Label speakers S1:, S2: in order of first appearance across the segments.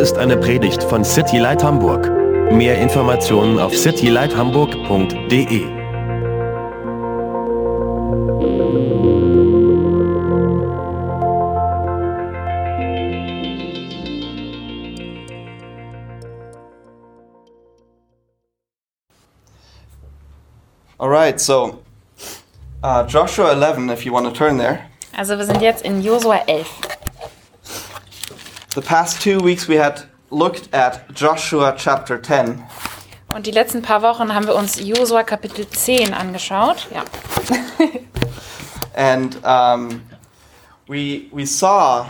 S1: ist eine Predigt von City Light Hamburg. Mehr Informationen auf citylighthamburg.de.
S2: All right, so uh, Joshua 11, if you want to turn there.
S3: Also wir sind jetzt in Josua 11.
S2: The past two weeks we had looked at Joshua chapter 10,
S3: Und die letzten paar Wochen haben wir uns Josua Kapitel 10 angeschaut. Ja.
S2: and um, we, we saw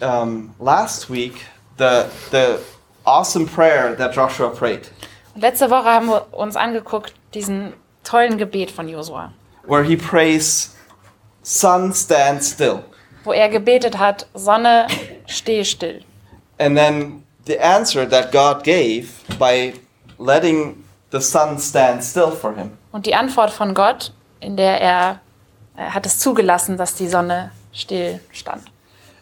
S2: um, last week the, the awesome prayer that Joshua prayed,
S3: Und letzte Woche haben wir uns angeguckt diesen tollen Gebet von Josua,
S2: where he prays, Sun, stand still.
S3: wo er gebetet hat, Sonne, steh still.
S2: And then the answer that God gave by letting the sun stand still for him.
S3: Und die Antwort von Gott, in der er, er hat es zugelassen, dass die Sonne still stand.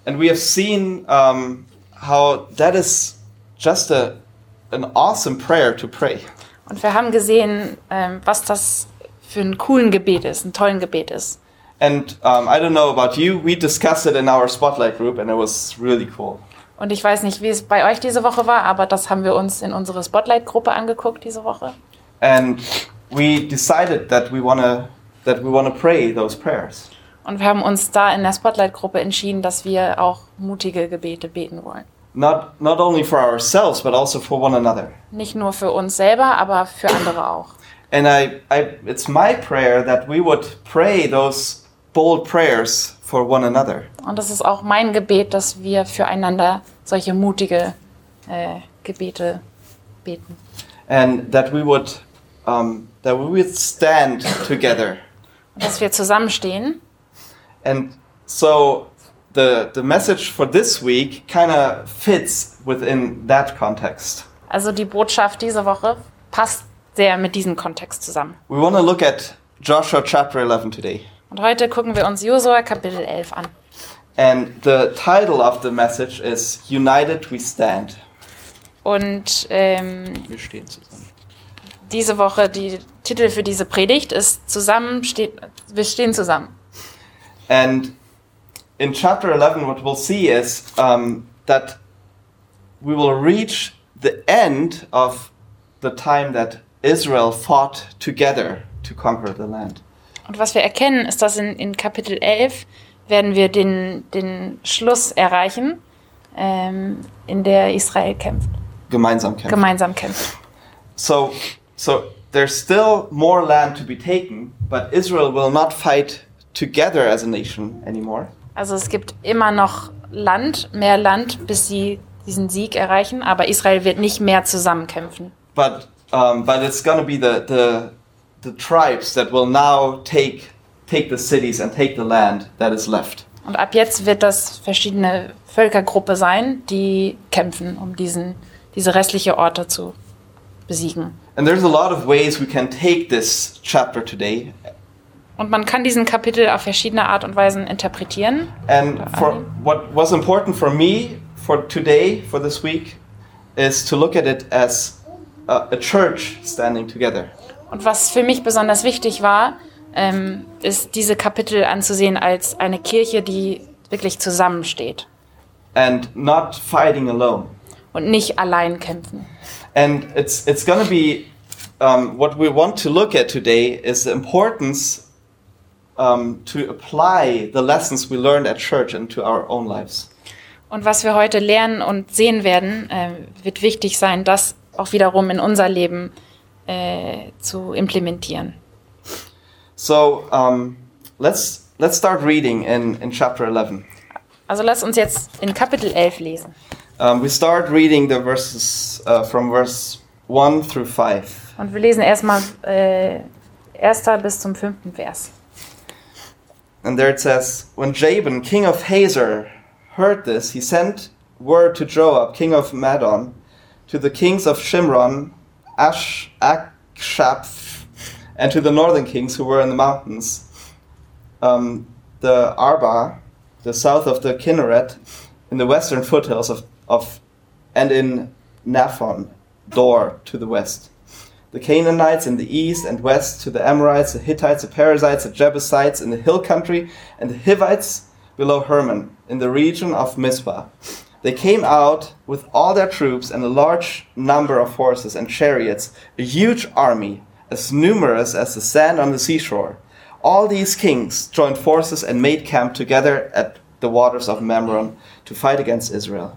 S2: And we have seen um, how that is just a, an awesome prayer to pray.
S3: Und wir haben gesehen, ähm, was das für einen coolen Gebet ist, einen tollen Gebet ist.
S2: And um, I don't know about you, we discussed it in our spotlight group, and it was really cool.
S3: Und ich weiß nicht, wie es bei euch diese Woche war, aber das haben wir uns in unsere Spotlight-Gruppe angeguckt diese Woche.
S2: And we decided that we wanna that we wanna pray those prayers.
S3: Und wir haben uns da in der Spotlight-Gruppe entschieden, dass wir auch mutige Gebete beten wollen.
S2: Not not only for ourselves, but also for one another.
S3: Nicht nur für uns selber, aber für andere auch.
S2: And I, I it's my prayer that we would pray those bold prayers for one another.
S3: Und das ist auch mein Gebet, dass wir füreinander solche mutige äh, Gebete beten.
S2: and that we would um, that we would stand together.
S3: Und dass wir zusammenstehen.
S2: And so the the message for this week kind of fits within that context.
S3: Also die Botschaft diese Woche passt sehr mit diesem Kontext zusammen.
S2: We want to look at Joshua chapter 11 today.
S3: Und heute gucken wir uns Josua Kapitel 11 an.
S2: And the title of the message is United We Stand.
S3: Und ähm,
S2: Wir stehen zusammen.
S3: diese Woche, die Titel für diese Predigt ist Zusammen steht, wir stehen zusammen.
S2: And in chapter 11, what we'll see is um, that we will reach the end of the time that Israel fought together to conquer the land.
S3: Und was wir erkennen, ist, dass in, in Kapitel 11 werden wir den, den Schluss erreichen, ähm, in der Israel kämpft,
S2: Gemeinsam kämpfen.
S3: gemeinsam kämpft.
S2: so, so there's still more land to be taken, but Israel will not fight together as a nation anymore.
S3: Also es gibt immer noch Land, mehr Land, bis sie diesen Sieg erreichen, aber Israel wird nicht mehr zusammenkämpfen.
S2: But, um, but it's going to be the, the, the tribes that will now take, take the cities and take the land that is left.
S3: Und ab jetzt wird das verschiedene Völkergruppe sein, die kämpfen, um diesen, diese restliche Orte zu besiegen.
S2: And there's a lot of ways we can take this chapter today.
S3: Und man kann diesen Kapitel auf verschiedene Art und Weisen interpretieren.
S2: And for what was important for me for today, for this week, is to look at it as a, a church standing together.
S3: Und was für mich besonders wichtig war, ähm, ist diese Kapitel anzusehen als eine Kirche, die wirklich zusammensteht
S2: and not fighting alone.
S3: und nicht allein kämpfen.
S2: And it's it's going to be um, what we want to look at today is the importance um, to apply the lessons we learned at church into our own lives.
S3: Und was wir heute lernen und sehen werden, äh, wird wichtig sein, das auch wiederum in unser Leben äh, zu implementieren.
S2: So um, let's let's start reading in in chapter eleven.
S3: Also lasst uns jetzt in Kapitel 11 lesen.
S2: Um, we start reading the verses uh, from verse one through five.
S3: Und wir lesen erstmal äh, erster bis zum fünften Vers.
S2: And there it says, When Jabin, king of Hazor, heard this, he sent word to Joab, king of Madon, to the kings of Shimron, Ash, Akshaph, and to the northern kings who were in the mountains, um, the Arba, the south of the Kinneret, in the western foothills of, of and in Naphon, Dor, to the west. The Canaanites in the east and west to the Amorites, the Hittites, the Perizzites, the Jebusites in the hill country, and the Hivites below Hermon, in the region of Mizpah. They came out with all their troops and a large number of horses and chariots, a huge army, as numerous as the sand on the seashore. All these kings joined forces and made camp together at the waters of Mamron to fight against Israel.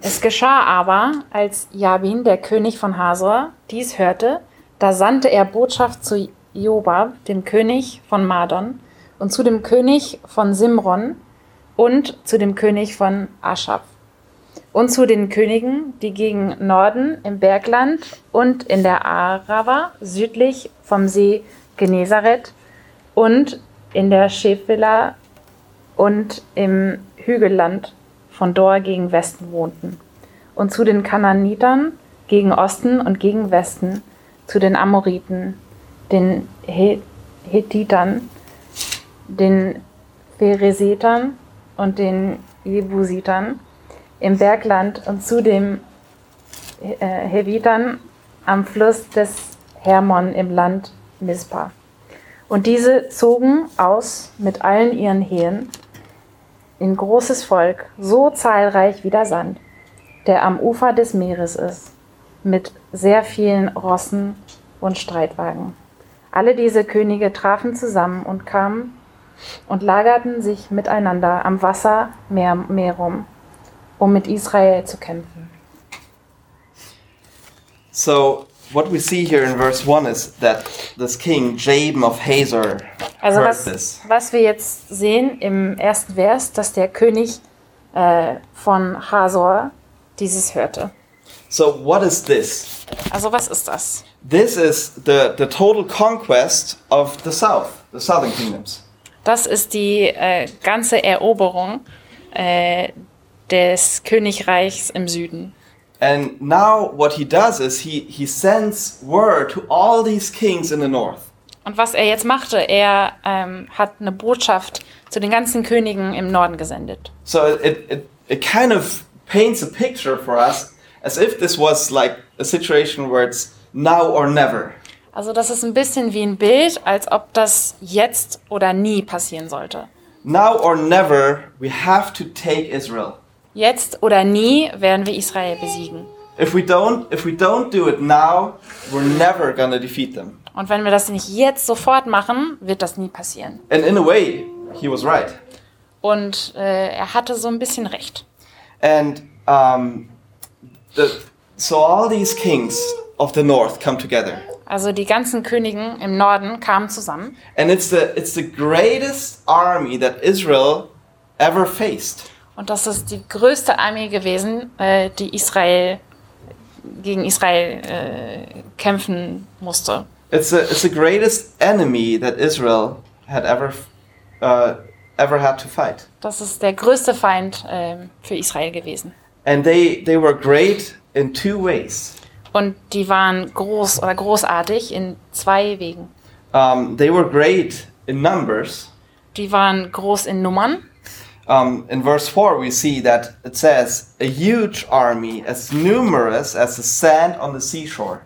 S3: Es geschah aber, als Jabin, der König von Hasor, dies hörte, da sandte er Botschaft zu Jobab, dem König von Madon, und zu dem König von Simron und zu dem König von Aschab und zu den Königen, die gegen Norden im Bergland und in der Arava südlich vom See Genezareth und in der Schefela und im Hügelland von Dor gegen Westen wohnten und zu den Kananitern gegen Osten und gegen Westen, zu den Amoriten, den He- Hethitern, den Peresetern und den Jebusitern im Bergland und zu den äh, Hevitern am Fluss des Hermon im Land Mispa. Und diese zogen aus mit allen ihren Heeren in großes Volk, so zahlreich wie der Sand, der am Ufer des Meeres ist, mit sehr vielen Rossen und Streitwagen. Alle diese Könige trafen zusammen und kamen und lagerten sich miteinander am Wasser Meer, Merum, um mit Israel zu kämpfen.
S2: So, what we see here in verse 1 is that this king, Jabin of Hazor,
S3: Also
S2: heard
S3: was,
S2: this.
S3: was wir jetzt sehen im ersten Vers, dass der König äh, von Hasor dieses hörte.
S2: So, what is this?
S3: Also was ist das?
S2: This is the, the total conquest of the south, the southern kingdoms.
S3: Das ist die äh, ganze Eroberung äh, des Königreichs im Süden.
S2: And now, what he does is he, he sends word to all these kings in the north.
S3: Und was er jetzt machte, er ähm, hat eine Botschaft zu den ganzen Königen im Norden gesendet.
S2: So, it, it, it kind of paints a picture for us as if this was like a situation where it's now or never.
S3: Also das ist ein bisschen wie ein Bild, als ob das jetzt oder nie passieren sollte.
S2: Now or never, we have to take Israel.
S3: Jetzt oder nie werden wir Israel besiegen.
S2: If we don't, if we don't do it now, we're never gonna defeat them.
S3: Und wenn wir das nicht jetzt sofort machen, wird das nie passieren.
S2: And in a way, he was right.
S3: Und äh, er hatte so ein bisschen recht.
S2: And um, the, so all these kings of the north come together,
S3: Also die ganzen Königen im Norden kamen zusammen.
S2: and it's the it's the greatest army that Israel ever faced.
S3: Und das ist die größte Armee gewesen, äh, die Israel gegen Israel äh, kämpfen musste.
S2: It's the it's the greatest enemy that Israel had ever uh, ever had to fight.
S3: Das ist der größte Feind ähm, für Israel gewesen.
S2: And they they were great in two ways.
S3: Und die waren groß oder großartig in zwei Wegen.
S2: Um, they were great in numbers.
S3: Die waren groß in Nummern.
S2: Um, in verse 4, we see that it says, a huge army as numerous as the sand on the seashore.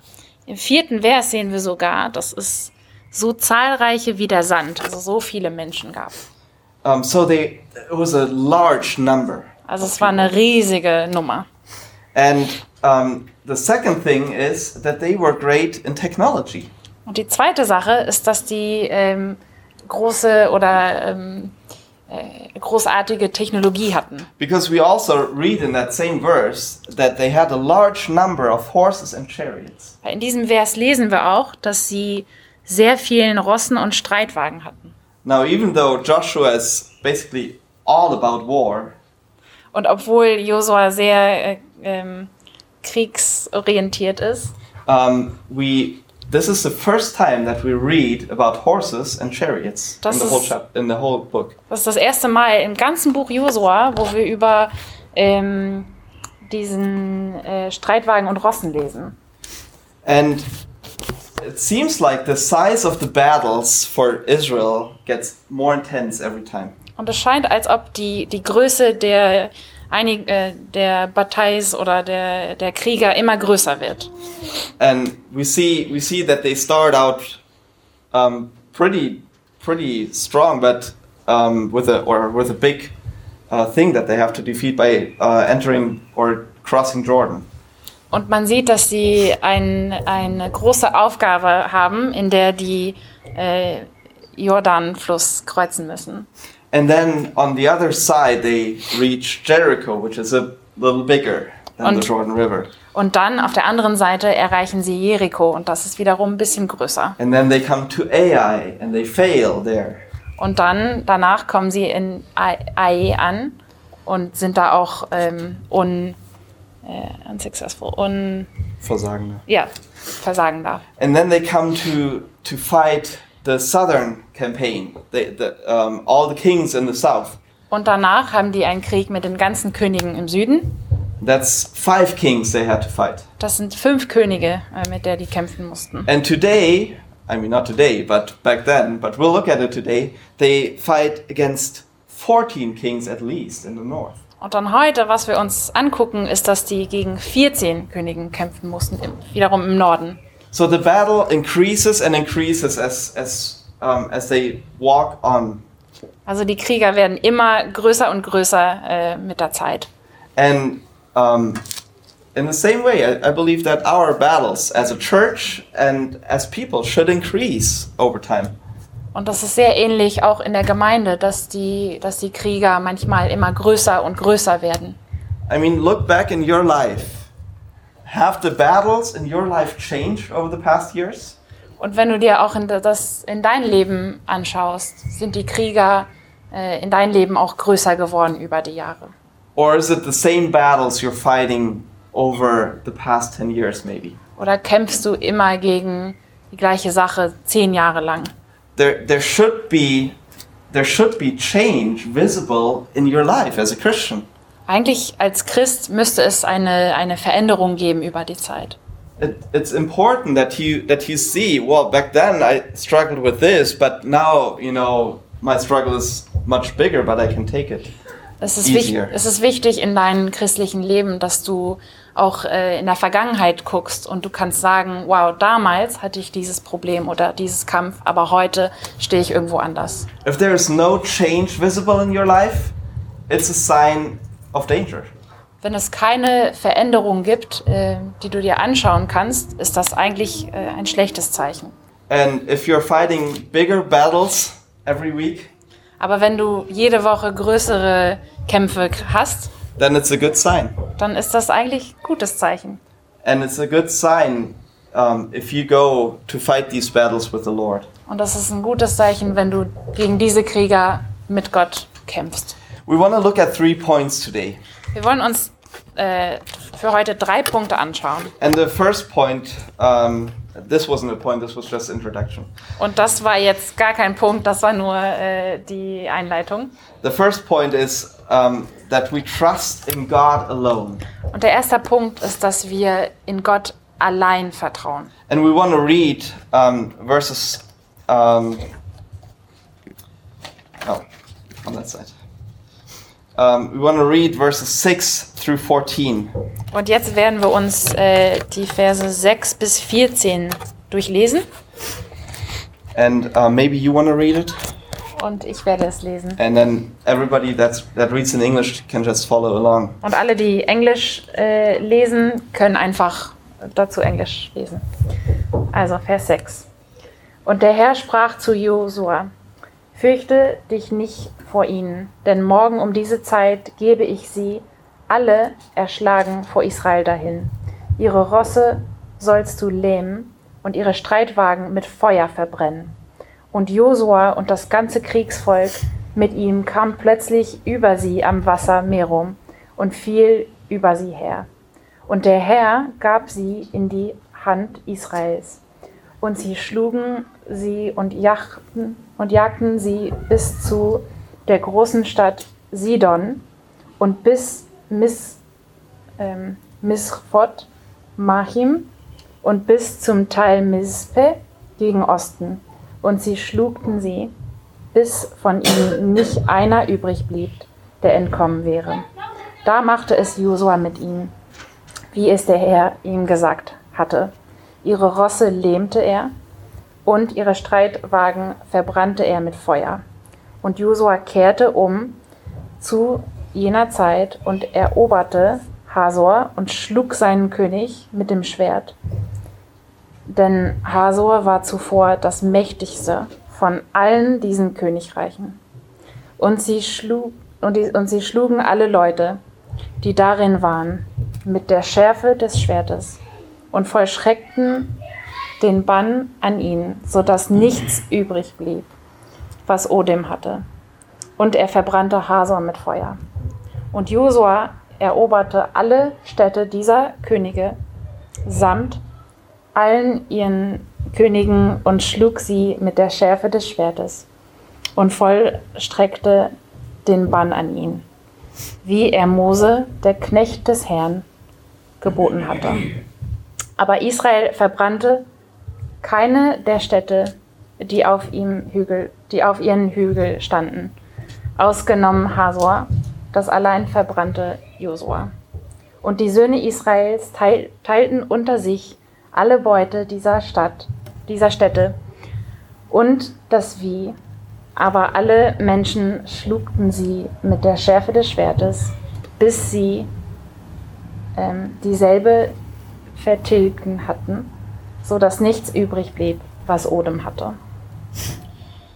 S3: Im vierten Vers sehen wir sogar, dass es so zahlreiche wie der Sand, also so viele Menschen gab.
S2: Um, so they, it was a large number.
S3: Also es war eine riesige Nummer.
S2: And um, the second thing is that they were great in technology.
S3: Und die zweite Sache ist, dass die ähm, große oder ähm, äh, großartige Technologie hatten.
S2: Because we also read in that same verse that they had a large number of horses and chariots.
S3: In diesem Vers lesen wir auch, dass sie sehr vielen Rossen und Streitwagen hatten.
S2: Now, even though Joshua is basically all about war,
S3: Und obwohl Josua sehr äh, ähm, kriegsorientiert ist,
S2: um, we this is the first time that we read about horses and chariots
S3: Das
S2: in the whole
S3: ist-
S2: chap- in the whole book.
S3: das ist das erste Mal im ganzen Buch Josua, wo wir über ähm, diesen äh, Streitwagen und Rossen lesen.
S2: And it seems like the size of the battles for Israel gets more intense every time.
S3: Und es scheint, als ob die, die Größe der einig, äh, der Batailles oder der, der Krieger immer größer wird.
S2: and we see we see that they start out um, pretty pretty strong, but um, with a or with a big uh, thing that they have to defeat by uh, entering or crossing Jordan.
S3: Und man sieht, dass sie ein, eine große Aufgabe haben, in der die äh, Jordanfluss kreuzen müssen.
S2: And then on the other side, they reach Jericho, which is a little bigger than the
S3: Und-
S2: Jordan River.
S3: Und dann auf der anderen Seite erreichen sie Jericho und das ist wiederum ein bisschen größer.
S2: And then they come to Ai, and they fail there.
S3: Und dann danach kommen sie in Ai- Ai an und sind da auch ähm, un, äh, unsuccessful, un,
S2: Versagen.
S3: ja, versagen da.
S2: and then they come to to fight the southern campaign. They, the, um, all the kings in the south.
S3: Und danach haben die einen Krieg mit den ganzen Königen im Süden.
S2: That's five kings they had to fight.
S3: Das sind fünf Könige, äh, mit der die kämpfen mussten.
S2: And today, I mean not today, but back then, but we'll look at it today. They fight against fourteen kings at least in the north.
S3: Und dann heute, was wir uns angucken, ist, dass die gegen 14 Königen kämpfen mussten, im, wiederum im Norden.
S2: So the battle increases and increases as as um, as they walk on.
S3: Also die Krieger werden immer größer und größer äh, mit der Zeit.
S2: And um, in the same way, I, I believe that our battles as a church and as people should increase over time.
S3: Und das ist sehr ähnlich auch in der Gemeinde, dass die, dass die Krieger manchmal immer größer und größer werden.
S2: I mean, look back in your life. Have the battles in your life changed over the past years?
S3: Und wenn du dir auch in de- das in dein Leben anschaust, sind die Krieger äh, in dein Leben auch größer geworden über die Jahre.
S2: Or is it the same battles you're fighting over the past 10 years, maybe?
S3: Oder kämpfst du immer gegen die gleiche Sache zehn Jahre lang?
S2: There, there, should be, there should be change visible in your life as a Christian.
S3: Eigentlich als Christ müsste es eine, eine Veränderung geben über die Zeit.
S2: It, it's important that you, that you see, well, back then I struggled with this, but now, you know, my struggle is much bigger, but I can take it.
S3: Es ist, wich,
S2: Easier.
S3: es ist wichtig in deinem christlichen Leben, dass du auch äh, in der Vergangenheit guckst und du kannst sagen, wow, damals hatte ich dieses Problem oder dieses Kampf, aber heute stehe ich irgendwo anders.
S2: If there is no change visible in your life, it's a sign of danger.
S3: Wenn es keine Veränderung gibt, äh, die du dir anschauen kannst, ist das eigentlich äh, ein schlechtes Zeichen.
S2: And if you're fighting bigger battles every week,
S3: Aber wenn du jede Woche größere Kämpfe k- hast,
S2: then it's a good sign.
S3: dann ist das eigentlich ein gutes Zeichen.
S2: And it's a good sign um, if you go to fight these battles with the Lord.
S3: Und das ist ein gutes Zeichen, wenn du gegen diese Krieger mit Gott kämpfst.
S2: We want to look at three points today.
S3: Wir wollen uns äh, für heute drei Punkte anschauen.
S2: And the first point, um, this wasn't a point, this was just introduction.
S3: Und das war jetzt gar kein Punkt, das war nur äh, die Einleitung.
S2: The first point is um, that we trust in God alone.
S3: Und der erste Punkt ist, dass wir in Gott allein vertrauen.
S2: And we want to read um, verses. Um, oh, on that side. Um, we want to read verses 6 through 14.
S3: Und jetzt werden wir uns äh, die Verse 6 bis 14 durchlesen.
S2: And uh, maybe you want to read it?
S3: Und ich werde es lesen.
S2: And then everybody that's, that reads in English can just follow along.
S3: Und alle, die Englisch äh, lesen, können einfach dazu Englisch lesen. Also Vers 6. Und der Herr sprach zu Josua, fürchte dich nicht vor ihnen, denn morgen um diese Zeit gebe ich sie alle erschlagen vor Israel dahin. Ihre Rosse sollst du lähmen und ihre Streitwagen mit Feuer verbrennen. Und Josua und das ganze Kriegsvolk mit ihm kam plötzlich über sie am Wasser Merom und fiel über sie her. Und der Herr gab sie in die Hand Israels. Und sie schlugen sie und jagten, und jagten sie bis zu der großen Stadt Sidon und bis Mis, ähm, Misrfot Mahim und bis zum Teil Mispe gegen Osten. Und sie schlugten sie, bis von ihnen nicht einer übrig blieb, der entkommen wäre. Da machte es Josua mit ihnen, wie es der Herr ihm gesagt hatte. Ihre Rosse lähmte er und ihre Streitwagen verbrannte er mit Feuer. Und Josua kehrte um zu jener Zeit und eroberte Hasor und schlug seinen König mit dem Schwert. Denn Hasor war zuvor das mächtigste von allen diesen Königreichen. Und sie, schlug, und, die, und sie schlugen alle Leute, die darin waren, mit der Schärfe des Schwertes und vollschreckten den Bann an ihn, sodass nichts übrig blieb, was Odem hatte. Und er verbrannte Hasor mit Feuer. Und Josua eroberte alle Städte dieser Könige samt allen ihren Königen und schlug sie mit der Schärfe des Schwertes und vollstreckte den Bann an ihn, wie er Mose, der Knecht des Herrn, geboten hatte. Aber Israel verbrannte keine der Städte, die auf, ihm Hügel, die auf ihren Hügel standen, ausgenommen Hasor, das allein verbrannte Josua. Und die Söhne Israels teil, teilten unter sich alle Beute dieser Stadt, dieser Städte und das Vieh, aber alle Menschen schlugten sie mit der Schärfe des Schwertes, bis sie ähm, dieselbe vertilgten hatten, so dass nichts übrig blieb, was Odem hatte.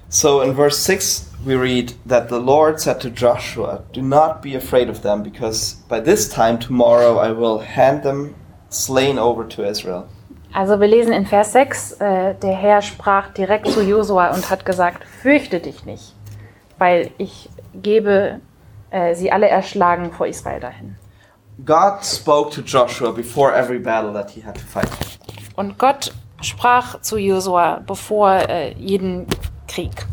S2: So in verse 6, we read that the Lord said to Joshua, Do not be afraid of them, because by this time tomorrow I will hand them slain over to Israel.
S3: Also wir lesen in Vers 6, äh, der Herr sprach direkt zu Josua und hat gesagt, fürchte dich nicht, weil ich gebe äh, sie alle erschlagen vor Israel dahin.
S2: God spoke to Joshua before every battle that he had to fight.
S3: Und Gott sprach zu Josua bevor äh, jeden Krieg.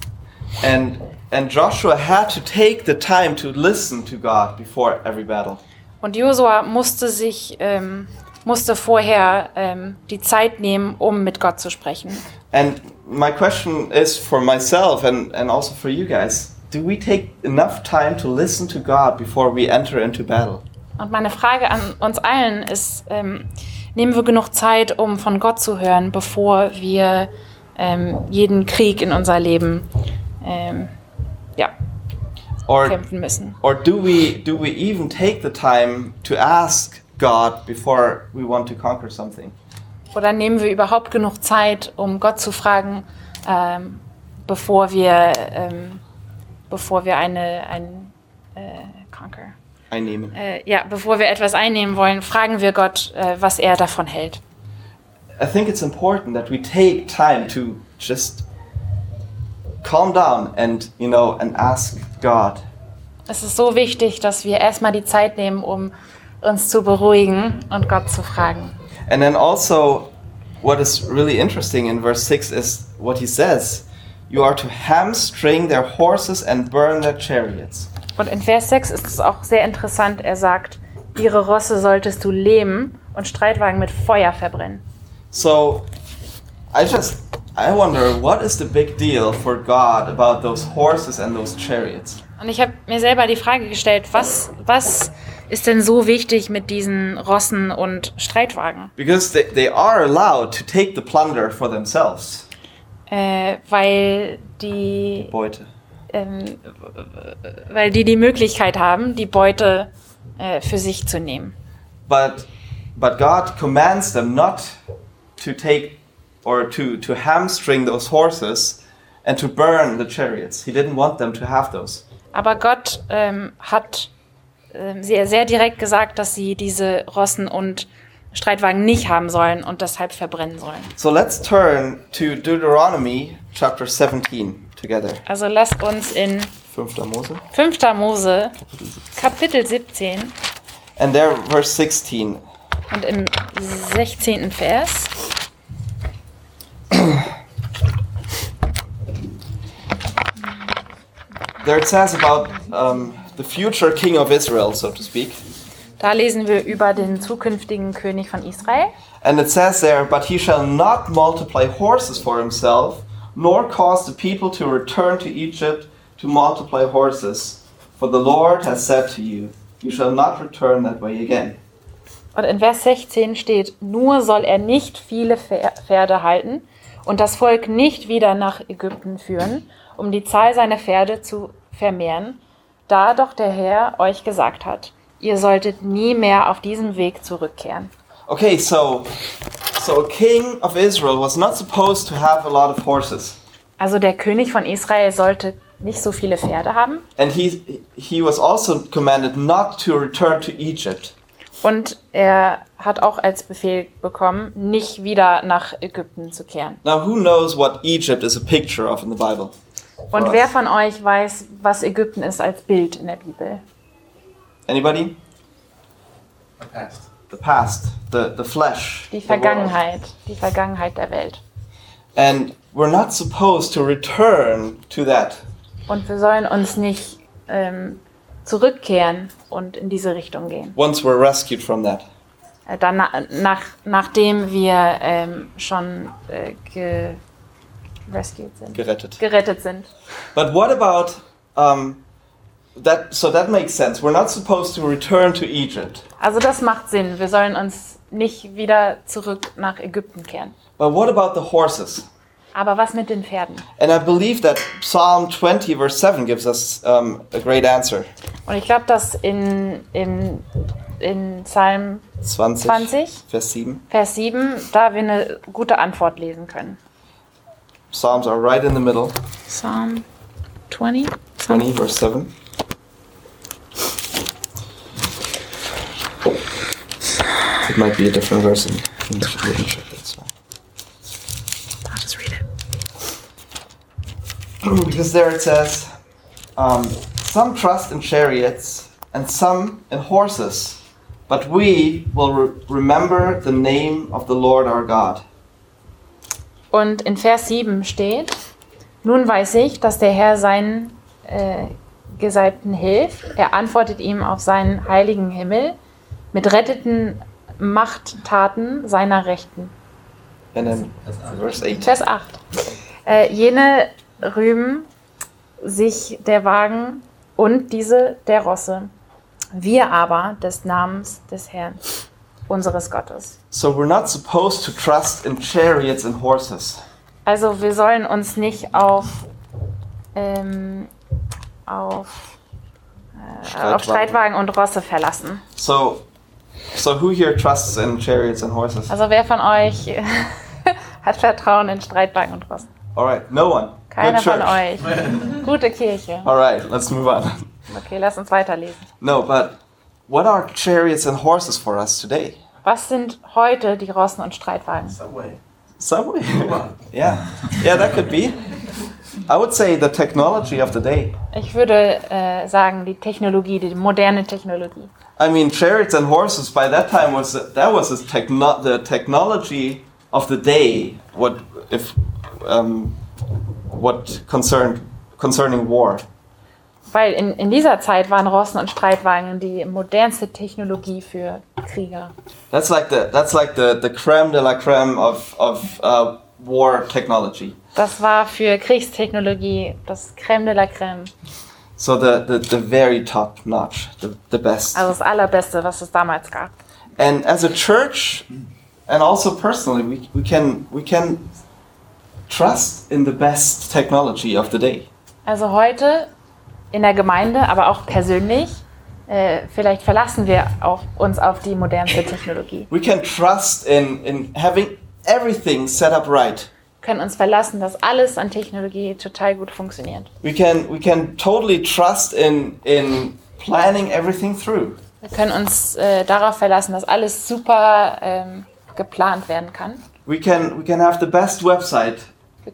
S2: And and Joshua had to take the time to listen to God before every battle.
S3: Und Josua musste sich ähm, musste vorher ähm, die Zeit nehmen, um mit Gott zu sprechen.
S2: And my question is for myself and, and also for you guys. Do we take enough time to listen to God before we enter into battle?
S3: Und meine Frage an uns allen ist: ähm, Nehmen wir genug Zeit, um von Gott zu hören, bevor wir ähm, jeden Krieg in unser Leben ähm, ja,
S2: Or
S3: kämpfen müssen?
S2: or do we do we even take the time to ask God before we want to conquer something?
S3: Oder nehmen wir überhaupt genug Zeit, um Gott zu fragen, ähm, bevor wir, ähm, bevor wir eine, ein, äh, conquer,
S2: Einnehmen.
S3: äh, ja, bevor wir etwas einnehmen wollen, fragen wir Gott, äh, was er davon hält.
S2: I think it's important that we take time to just calm down and you know and ask God.
S3: Es ist so wichtig, dass wir erstmal die Zeit nehmen, um uns zu beruhigen und Gott zu fragen.
S2: And then also, what is really interesting in verse 6 is what he says You are to hamstring their horses and burn their chariots.
S3: Und in Vers 6 ist es auch sehr interessant, er sagt, ihre Rosse solltest du lähmen und Streitwagen mit Feuer verbrennen.
S2: So, I just. I wonder what is the big deal for God about those horses and those chariots?
S3: Und ich habe mir selber die Frage gestellt, was, was ist denn so wichtig mit diesen Rossen und Streitwagen?
S2: Because they, they are allowed to take the plunder for themselves.
S3: Äh, weil, die,
S2: Beute.
S3: ähm, weil die die Möglichkeit haben, die Beute äh, für sich zu nehmen.
S2: But but God commands them not to take or to to hamstring those horses and to burn the chariots. He didn't want them to have those.
S3: Aber Gott ähm, hat ähm, sehr, sehr direkt gesagt, dass sie diese Rossen und Streitwagen nicht haben sollen und deshalb verbrennen sollen.
S2: So let's turn to Deuteronomy chapter 17 together.
S3: Also lasst uns in
S2: 5. Mose.
S3: 5. Mose Kapitel 17
S2: And there verse 16.
S3: Und im 16. Vers.
S2: There it says about um, the future king of Israel, so to speak.
S3: Da lesen wir über den zukünftigen König von Israel.
S2: And it says there, but he shall not multiply horses for himself, nor cause the people to return to Egypt to multiply horses. For the Lord has said to you, You shall not return that way again.
S3: Und in Vers 16 steht, nur soll er nicht viele Pfer- Pferde halten und das Volk nicht wieder nach Ägypten führen, um die Zahl seiner Pferde zu vermehren, da doch der Herr euch gesagt hat, ihr solltet nie mehr auf diesem Weg zurückkehren.
S2: Okay, so so a king of Israel was not supposed to have a lot of horses.
S3: Also der König von Israel sollte nicht so viele Pferde haben
S2: And he he was also commanded not to return to Egypt.
S3: und er hat auch als Befehl bekommen, nicht wieder nach Ägypten zu kehren.
S2: Now who knows what Egypt is a picture of in the Bible?
S3: Und
S2: Was?
S3: wer von euch weiß, was Ägypten ist als Bild in der Bibel?
S2: Anybody?
S4: The past.
S2: The past, the the flesh,
S3: Die
S2: the world.
S3: Vergangenheit, die Vergangenheit der Welt.
S2: And we're not supposed to return to that.
S3: Und wir sollen uns nicht ähm, zurückkehren und in diese Richtung gehen.
S2: once we're rescued from that.
S3: Äh, Dann, na- nach, nachdem wir ähm, schon äh, ge rescued sind,
S2: Gerettet.
S3: gerettet sind.
S2: But what about um, that? So that makes sense. We're not supposed to return to Egypt.
S3: Also das macht Sinn. Wir sollen uns nicht wieder zurück nach Ägypten kehren.
S2: But what about the horses?
S3: Aber was mit den Pferden?
S2: And I believe that Psalm 20, verse 7, gives us um, a great answer.
S3: Und ich glaube, dass in, in, in Psalm
S2: 20,
S3: 20,
S2: Vers 7.
S3: Vers 7, da wir eine gute Antwort lesen können.
S2: Psalms are right in the middle.
S3: Psalm 20?
S2: 20, verse 7. It might be a different verse in English. I didn't check that, so.
S3: I'll just read it.
S2: because there it says, um, some trust in chariots and some in horses, but we will re- remember the name of the Lord our God.
S3: Und in Vers 7 steht, nun weiß ich, dass der Herr seinen äh, Gesalbten hilft. Er antwortet ihm auf seinen heiligen Himmel mit retteten Machttaten seiner Rechten.
S2: And then verse 8.
S3: Vers 8. Äh, jene rühmen sich der Wagen und diese der Rosse. Wir aber des Namens des Herrn, unseres Gottes.
S2: So we're not supposed to trust in chariots and horses.
S3: Also wir sollen uns nicht auf, ähm, auf, äh, auf Streitwagen und Rosse verlassen.
S2: So, so who here trusts in chariots and horses?
S3: Also wer von euch hat Vertrauen in Streitwagen und Rosse?
S2: All right, no one.
S3: Keiner
S2: Good
S3: von
S2: church.
S3: euch. Gute Kirche.
S2: All right, let's move on.
S3: Okay, lass uns weiterlesen.
S2: No, but what are chariots and horses for us today?
S3: Was sind heute die Rossen und Streitwagen?
S4: Subway.
S2: Subway.
S4: Uber.
S2: Yeah, yeah, that could be. I would say the technology of the day.
S3: Ich würde äh, sagen, die Technologie, die moderne Technologie.
S2: I mean, chariots and horses by that time was that was the, techno- the technology of the day. What if um, what concerned concerning war?
S3: Weil in, in dieser Zeit waren Rossen und Streitwagen die modernste Technologie für Krieger.
S2: That's like the that's like the the creme de la creme of of uh, war technology.
S3: Das war für Kriegstechnologie das Creme de la Creme.
S2: So the the, the very top notch, the, the best.
S3: Also das Allerbeste, was es damals gab.
S2: and as a church and also personally we, we can we can trust in the best technology of the day
S3: Also heute in der Gemeinde, aber auch persönlich, äh, vielleicht verlassen wir auf, uns auf die modernste Technologie.
S2: we can trust in in having everything set up right
S3: Können uns verlassen, dass alles an Technologie total gut funktioniert.
S2: we can we can totally trust in in planning everything through
S3: Wir können uns äh, darauf verlassen, dass alles super ähm, geplant werden kann.
S2: we can we can have the best website
S3: Wir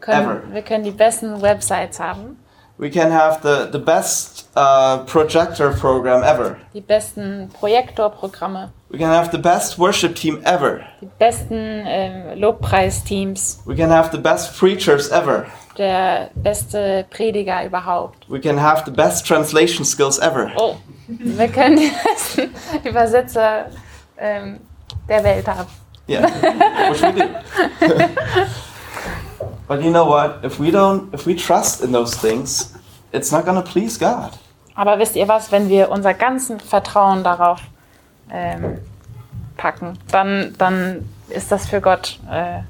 S2: Ever.
S3: können, wir können die besten Websites haben,
S2: we can have the the best uh, projector program ever
S3: die besten Projektorprogramme,
S2: we can have the best worship team ever
S3: die besten ähm, Lobpreisteams.
S2: we can have the best preachers ever
S3: der beste Prediger überhaupt.
S2: we can have the best translation skills ever
S3: Oh, wir können die besten Übersetzer ähm, der Welt haben.
S2: Yeah, which we do. but you know what? If we don't, if we trust in those things, it's not going to please God.
S3: Aber wisst ihr was, wenn wir unser ganzen Vertrauen darauf ähm, packen, dann, dann ist das für Gott, äh,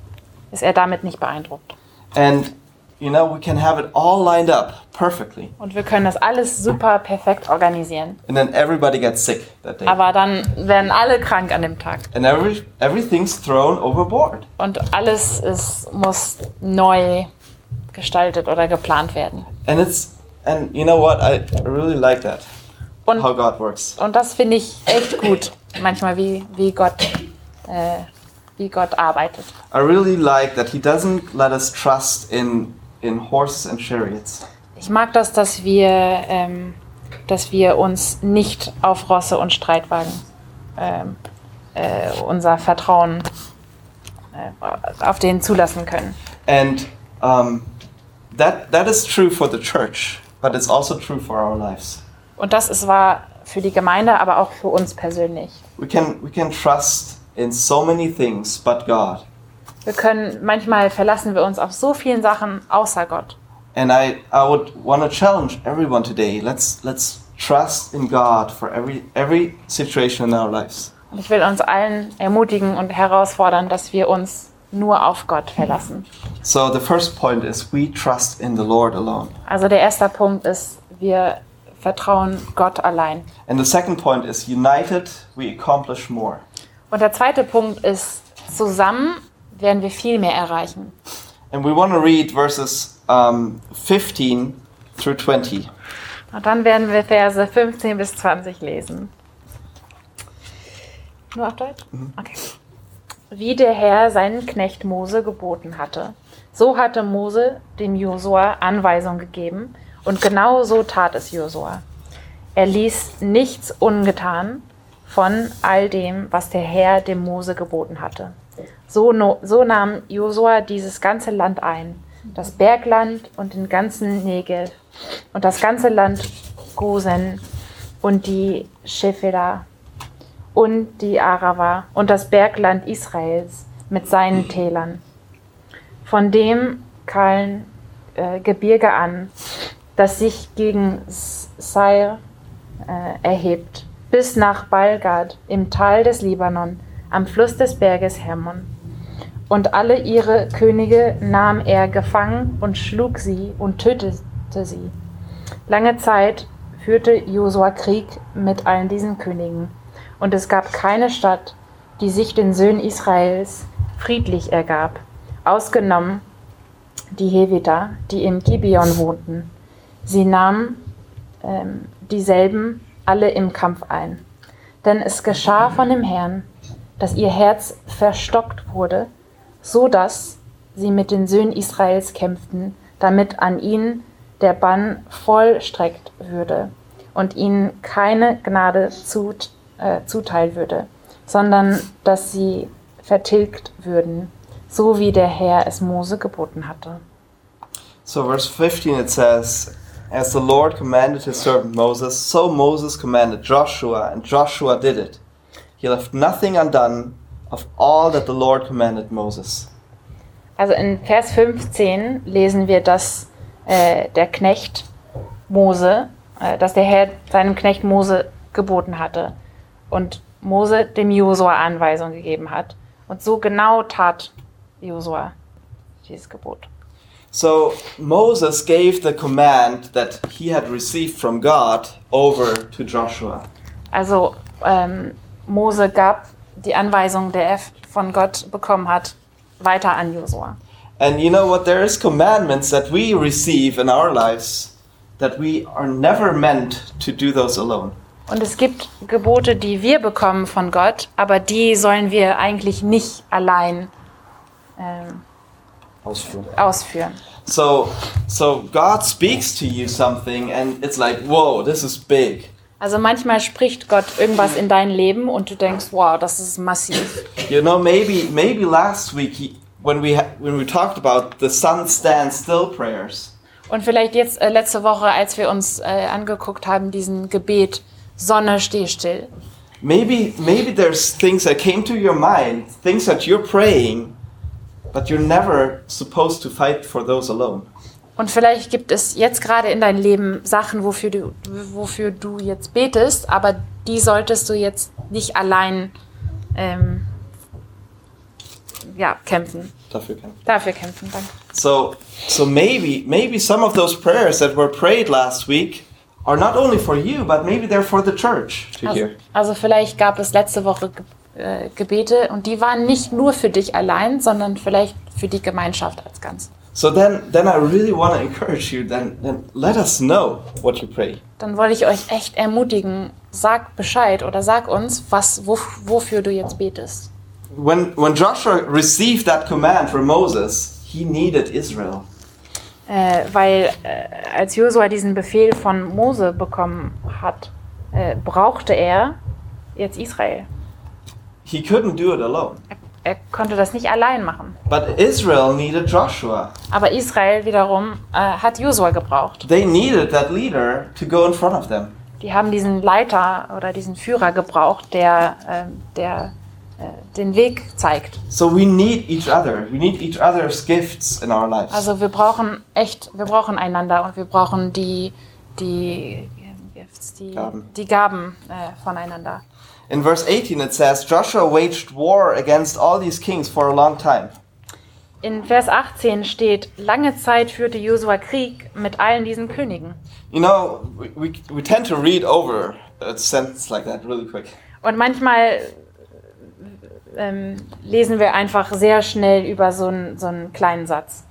S3: ist er damit nicht beeindruckt.
S2: And you know, we can have it all lined up perfectly.
S3: Und wir können das alles super perfekt organisieren.
S2: And then everybody gets sick that day.
S3: Aber dann werden alle krank an dem Tag.
S2: And every, everything's thrown overboard.
S3: Und alles ist, muss neu gestaltet oder geplant werden.
S2: And it's and you know what? I I really like that.
S3: Und,
S2: How God works.
S3: und das finde ich echt gut, manchmal, wie, wie, Gott, äh, wie Gott arbeitet.
S2: I really like that he doesn't let us trust in in horses and chariots.
S3: Ich mag das, dass wir, ähm, dass wir uns nicht auf Rosse und Streitwagen ähm, äh, unser Vertrauen äh, auf den zulassen können.
S2: And um, that that is true for the church, but it's also true for our lives.
S3: Und das ist wahr für die Gemeinde, aber auch für uns persönlich.
S2: We can we can trust in so many things but God.
S3: Wir können, manchmal verlassen wir uns auf so vielen Sachen außer Gott.
S2: And I, I would want to challenge everyone today. Let's let's trust in God for every every situation in our lives.
S3: Und ich will uns allen ermutigen und herausfordern, dass wir uns nur auf Gott verlassen.
S2: So the first point is we trust in the Lord alone.
S3: Also der erste Punkt ist, wir vertrauen Gott allein.
S2: And the second point is united we accomplish more.
S3: Und der zweite Punkt ist, zusammen werden wir viel mehr erreichen.
S2: And we want to read verses um, 15 through 20.
S3: Und dann werden wir Verse 15 bis 20 lesen. Nur auf Deutsch? Okay. Wie der Herr seinen Knecht Mose geboten hatte, so hatte Mose dem Josua Anweisung gegeben und genau so tat es Josua. Er ließ nichts ungetan von all dem, was der Herr dem Mose geboten hatte. So, no, so nahm Josua dieses ganze Land ein, das Bergland und den ganzen Negev und das ganze Land Gosen und die Schefela und die Arava und das Bergland Israels mit seinen Tälern. Von dem kahlen äh, Gebirge an, das sich gegen S- Seir äh, erhebt, bis nach Balgad im Tal des Libanon, am Fluss des Berges Hermon. Und alle ihre Könige nahm er gefangen und schlug sie und tötete sie. Lange Zeit führte Josua Krieg mit allen diesen Königen. Und es gab keine Stadt, die sich den Söhnen Israels friedlich ergab, ausgenommen die Heviter, die im Gibeon wohnten. Sie nahmen ähm, dieselben alle im Kampf ein. Denn es geschah von dem Herrn, dass ihr Herz verstockt wurde, so dass sie mit den Söhnen Israels kämpften, damit an ihnen der Bann vollstreckt würde und ihnen keine Gnade zut äh, zuteil würde, sondern dass sie vertilgt würden, so wie der Herr es Mose geboten hatte.
S2: So, verse 15 it says, As the Lord commanded his servant Moses, so Moses commanded Joshua, and Joshua did it. He left nothing undone of all that the Lord commanded Moses.
S3: Also in Vers 15 lesen wir, dass äh, der Knecht Mose, äh, dass der Herr seinem Knecht Mose geboten hatte und Mose dem Josua Anweisung gegeben hat. Und so genau tat Josua dieses Gebot.
S2: So, Moses gave the command that he had received from God over to Joshua.
S3: Also ähm, Mose gab die Anweisung, der er von Gott bekommen hat, weiter an Josua.
S2: And you know what? There is commandments that we receive in our lives that we are never meant to do those alone.
S3: Und es gibt Gebote, die wir bekommen von Gott, aber die sollen wir eigentlich nicht allein ähm, ausführen.
S2: So, so God speaks to you something, and it's like, whoa, this is big.
S3: Also manchmal spricht Gott irgendwas in dein Leben und du denkst, wow, das ist massiv.
S2: You know, maybe maybe last week he, when we ha- when we talked about the sun stands still prayers,
S3: Und vielleicht jetzt äh, letzte Woche, als wir uns äh, angeguckt haben, diesen Gebet, Sonne steh still.
S2: maybe maybe there's things that came to your mind, things that you're praying, but you're never supposed to fight for those alone.
S3: Und vielleicht gibt es jetzt gerade in deinem Leben Sachen, wofür du, wofür du jetzt betest, aber die solltest du jetzt nicht allein ähm, ja, kämpfen.
S2: Dafür kämpfen.
S3: Dafür kämpfen, danke.
S2: So, so maybe maybe some of those prayers that were prayed last week are not only for you, but maybe they're for the church to
S3: Also,
S2: hear.
S3: also vielleicht gab es letzte Woche Ge- äh, Gebete und die waren nicht nur für dich allein, sondern vielleicht für die Gemeinschaft als Ganzes.
S2: So then, then I really want to encourage you. Then, then let us know what you pray.
S3: Dann wollte ich euch echt ermutigen, sag Bescheid oder sag uns, was, wo, wofür du jetzt betest.
S2: When when Joshua received that command from Moses, he needed Israel.
S3: Äh, weil äh, als Josua diesen Befehl von Mose bekommen hat, äh, brauchte er jetzt Israel.
S2: He couldn't do it alone.
S3: Er konnte das nicht allein machen.
S2: But Israel needed Joshua.
S3: Aber Israel wiederum äh, hat Josua gebraucht.
S2: They needed that leader to go in front of them.
S3: Die haben diesen Leiter oder diesen Führer gebraucht, der, ähm, der äh, den Weg zeigt.
S2: So we need each other. We need each other's gifts in our lives.
S3: Also wir brauchen echt, wir brauchen einander und wir brauchen die, die, die
S2: Gaben.
S3: die Gaben äh, voneinander.
S2: In verse 18 it says Joshua waged war against all these kings for a long time.
S3: In Vers 18 steht, lange Zeit führte Josua Krieg mit allen diesen Königen.
S2: You know, we, we, we tend to read over a sentence like that really quick.
S3: Und manchmal äh, ähm, lesen wir einfach sehr schnell über so einen, so einen kleinen Satz.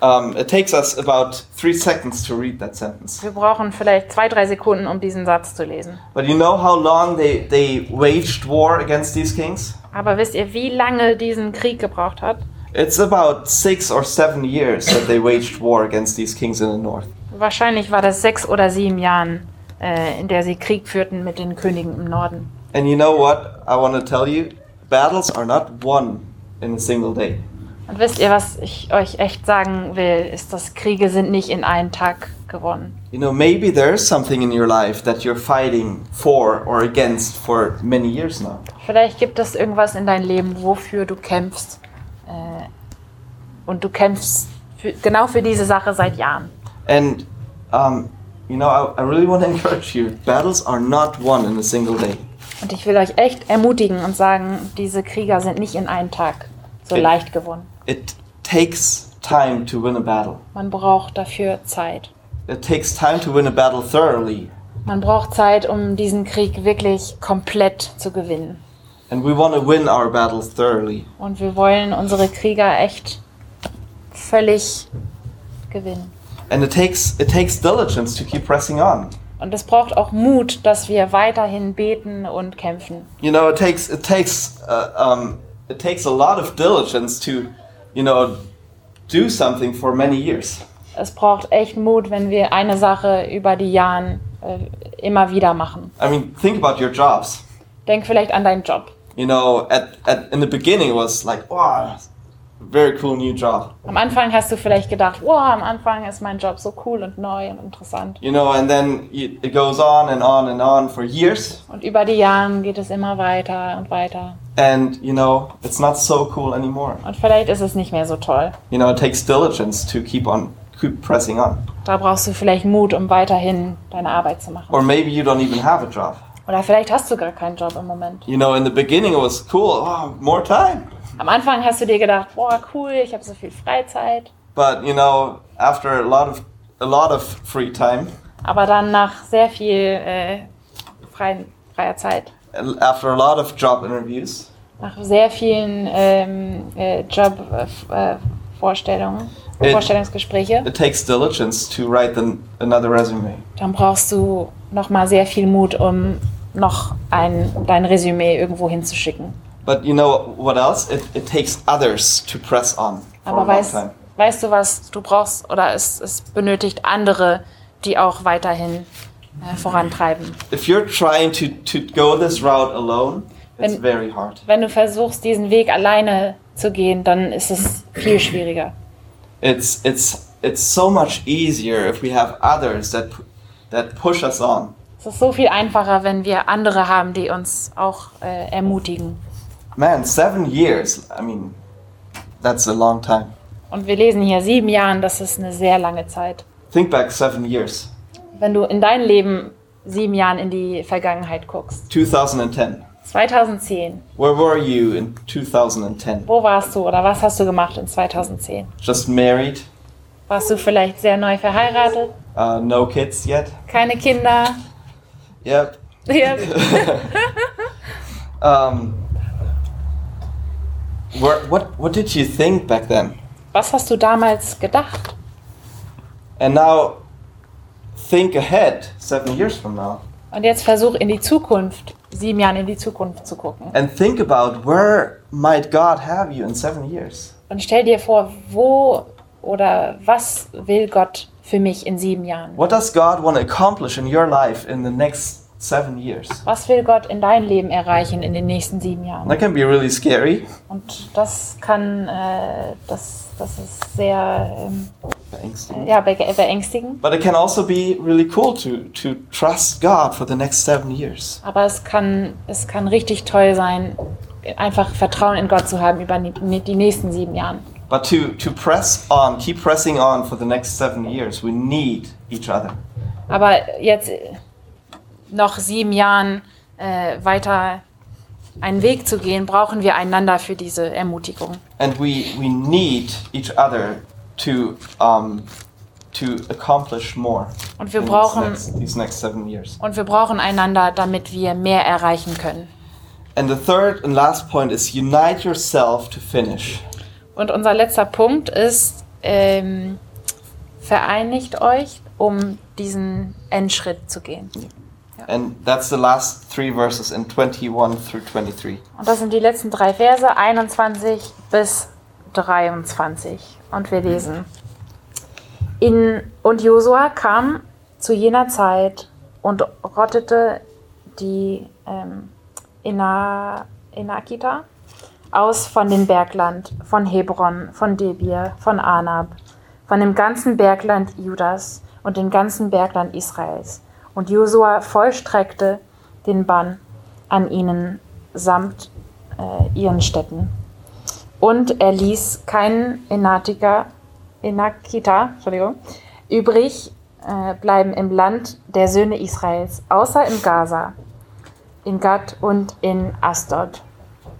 S2: Um, it takes us about three seconds to read that sentence.
S3: Wir brauchen vielleicht zwei, drei Sekunden, um diesen Satz zu lesen.
S2: But you know how long they, they waged war against these kings?
S3: Aber wisst ihr, wie lange diesen Krieg gebraucht hat?
S2: It's about six or seven years that they waged war against these kings in the north.
S3: Wahrscheinlich war das sechs oder sieben Jahren, äh, in der sie Krieg führten mit den Königen im Norden.
S2: And you know what I want to tell you? Battles are not won in a single day.
S3: Und wisst ihr, was ich euch echt sagen will, ist, dass Kriege sind nicht in einem Tag gewonnen.
S2: You know, maybe there is something in your life that you're fighting for or against for many years now.
S3: Vielleicht gibt es irgendwas in deinem Leben, wofür du kämpfst. Äh, und du kämpfst für, genau für diese Sache seit Jahren.
S2: And, um, you know, I, I really want to encourage you battles are not won in a single day.
S3: Und ich will euch echt ermutigen und sagen, diese Krieger sind nicht in einem Tag so
S2: Okay.
S3: leicht gewonnen.
S2: It takes time to win a battle,
S3: Man braucht dafür Zeit.
S2: it takes time to win a battle thoroughly.
S3: Man braucht Zeit, um diesen Krieg wirklich komplett zu gewinnen.
S2: And we want to win our battles thoroughly.
S3: Und wir wollen unsere Krieger echt völlig gewinnen.
S2: And it takes, it takes diligence to keep pressing on.
S3: Und es braucht auch Mut, dass wir weiterhin beten und kämpfen.
S2: You know, it takes, it takes, uh, um, it takes a lot of diligence to, you know, do something for many years.
S3: Es braucht echt Mut, wenn wir eine Sache über die Jahre äh, immer wieder machen.
S2: I mean, think about your jobs.
S3: Denk vielleicht an deinen Job.
S2: You know, at, at in the beginning it was like, wow, very cool new job.
S3: Am Anfang hast du vielleicht gedacht, wow, am Anfang ist mein Job so cool und neu und interessant.
S2: You know, and then you, it goes on and on and on for years,
S3: Und über die Jahre geht es immer weiter und weiter.
S2: and you know, it's not so cool anymore.
S3: Und vielleicht ist es nicht mehr so toll.
S2: You know, it takes diligence to keep on, keep pressing on.
S3: Da brauchst du vielleicht Mut, um weiterhin deine Arbeit zu machen.
S2: Or maybe you don't even have a job.
S3: Oder vielleicht hast du gar keinen Job im Moment.
S2: You know, in the beginning it was cool, oh, more time.
S3: Am Anfang hast du dir gedacht, boah, cool, ich habe so viel Freizeit.
S2: But you know, after a lot of a lot of free time,
S3: Aber dann nach sehr viel äh, freien, freier Zeit,
S2: after a lot of job interviews,
S3: nach sehr vielen ähm, äh, Jobvorstellungen, äh, Vorstellungen,
S2: Äh.
S3: Vorstellungsgespräche,
S2: it takes diligence to write an, another resume.
S3: dann brauchst du nochmal sehr viel Mut, um noch ein, dein Resümee irgendwo hinzuschicken.
S2: But you know what else? It, it takes others to press on for a
S3: Aber
S2: long
S3: weißt,
S2: time.
S3: weißt du, was du brauchst? Oder es, es benötigt andere, die auch weiterhin äh, vorantreiben.
S2: If you're trying to, to go this route alone, it's
S3: Wenn-
S2: very hard.
S3: Wenn du versuchst, diesen Weg alleine zu gehen, dann ist es viel schwieriger.
S2: It's it's it's so much easier if we have others that pu- that push us on.
S3: Es ist so viel einfacher, wenn wir andere haben, die uns auch äh, ermutigen.
S2: Man, seven years. I mean, that's a long time.
S3: Und wir lesen hier sieben Jahren, das ist eine sehr lange Zeit.
S2: Think back seven years,
S3: Wenn du in dein Leben sieben Jahren in die Vergangenheit guckst.
S2: 2010.
S3: 2010.
S2: Where were you in 2010?
S3: Wo warst du oder was hast du gemacht in 2010?
S2: Just married,
S3: Warst du vielleicht sehr neu verheiratet?
S2: uh, no kids yet.
S3: Keine Kinder?
S2: Yep.
S3: Ja.
S2: Um, where, what what did you think back then?
S3: Was hast du damals gedacht?
S2: And now, think ahead seven years from now,
S3: Und jetzt versuch in die Zukunft, sieben Jahren in die Zukunft zu gucken.
S2: and think about where might God have you in seven years.
S3: Und stell dir vor, wo oder was will Gott für mich in sieben Jahren?
S2: What does God want to accomplish in your life in the next seven years?
S3: Was will Gott in dein Leben erreichen in den nächsten sieben Jahren?
S2: That can be really scary.
S3: Und das kann, äh, das, das ist sehr ähm,
S2: Beängstigend.
S3: ja, be beängstigend.
S2: But it can also be really cool to to trust God for the next seven years.
S3: Aber es kann, es kann richtig toll sein, einfach Vertrauen in Gott zu haben über die, die nächsten sieben Jahren.
S2: But to to press on, keep pressing on for the next seven years. We need each other.
S3: Aber jetzt äh, noch sieben Jahren äh, weiter einen Weg zu gehen, brauchen wir einander für diese Ermutigung.
S2: and we we need each other to um to accomplish more
S3: Und wir
S2: in
S3: brauchen-
S2: these next, these next seven years.
S3: Und wir brauchen einander, damit wir mehr erreichen können.
S2: And the third and last point is unite yourself to finish.
S3: Und unser letzter Punkt ist, ähm, vereinigt euch, um diesen Endschritt zu gehen.
S2: And that's the last three verses in 21 through 23.
S3: Und das sind die letzten drei Verse, 21 bis 23. Und wir lesen. In, und Josua kam zu jener Zeit und rottete die ähm, Ina, Inakita aus von dem Bergland, von Hebron, von Debir, von Anab, von dem ganzen Bergland Judas und dem ganzen Bergland Israels. Und Josua vollstreckte den Bann an ihnen samt äh, ihren Städten. Und er ließ keinen Enatika, Enakita Entschuldigung, übrig äh, bleiben im Land der Söhne Israels, außer in Gaza, in Gad und in Asdod.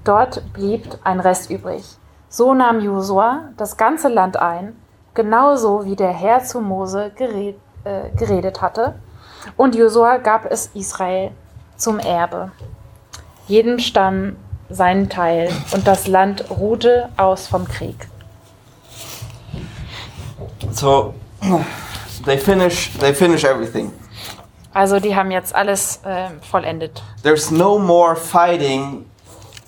S3: Dort blieb ein Rest übrig. So nahm Josua das ganze Land ein, genauso wie der Herr zu Mose gered, äh, geredet hatte. Und Josua gab es Israel zum Erbe jedem Stamm seinen Teil und das Land ruhte aus vom Krieg.
S2: So they finish they finish everything.
S3: Also die haben jetzt alles äh, vollendet.
S2: There's no more fighting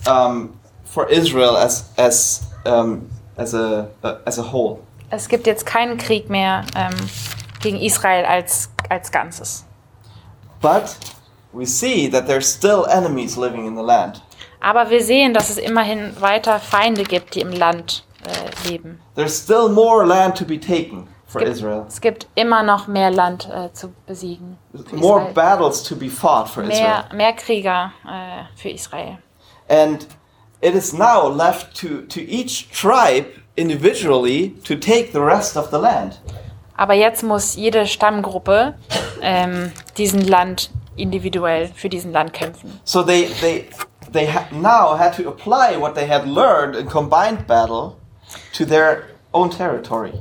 S2: um, for Israel as as um, as a uh, as a whole.
S3: Es gibt jetzt keinen Krieg mehr ähm, gegen Israel als, als Ganzes.
S2: But we see that there's still enemies living in the land.
S3: Aber wir sehen, dass es immerhin weiter Feinde gibt, die im Land äh, leben.
S2: There's still more land to be taken for
S3: Gibt-
S2: Israel.
S3: Es gibt immer noch mehr Land äh, zu besiegen. für
S2: More
S3: Israel.
S2: battles to be fought for Israel.
S3: mehr, mehr Krieger äh, für Israel.
S2: And it is now left to, to each tribe individually to take the rest of the land.
S3: Aber jetzt muss jede Stammgruppe ähm, diesen Land individuell für diesen Land kämpfen.
S2: So they, they, they ha- now had to apply what they had learned in combined battle to their own territory.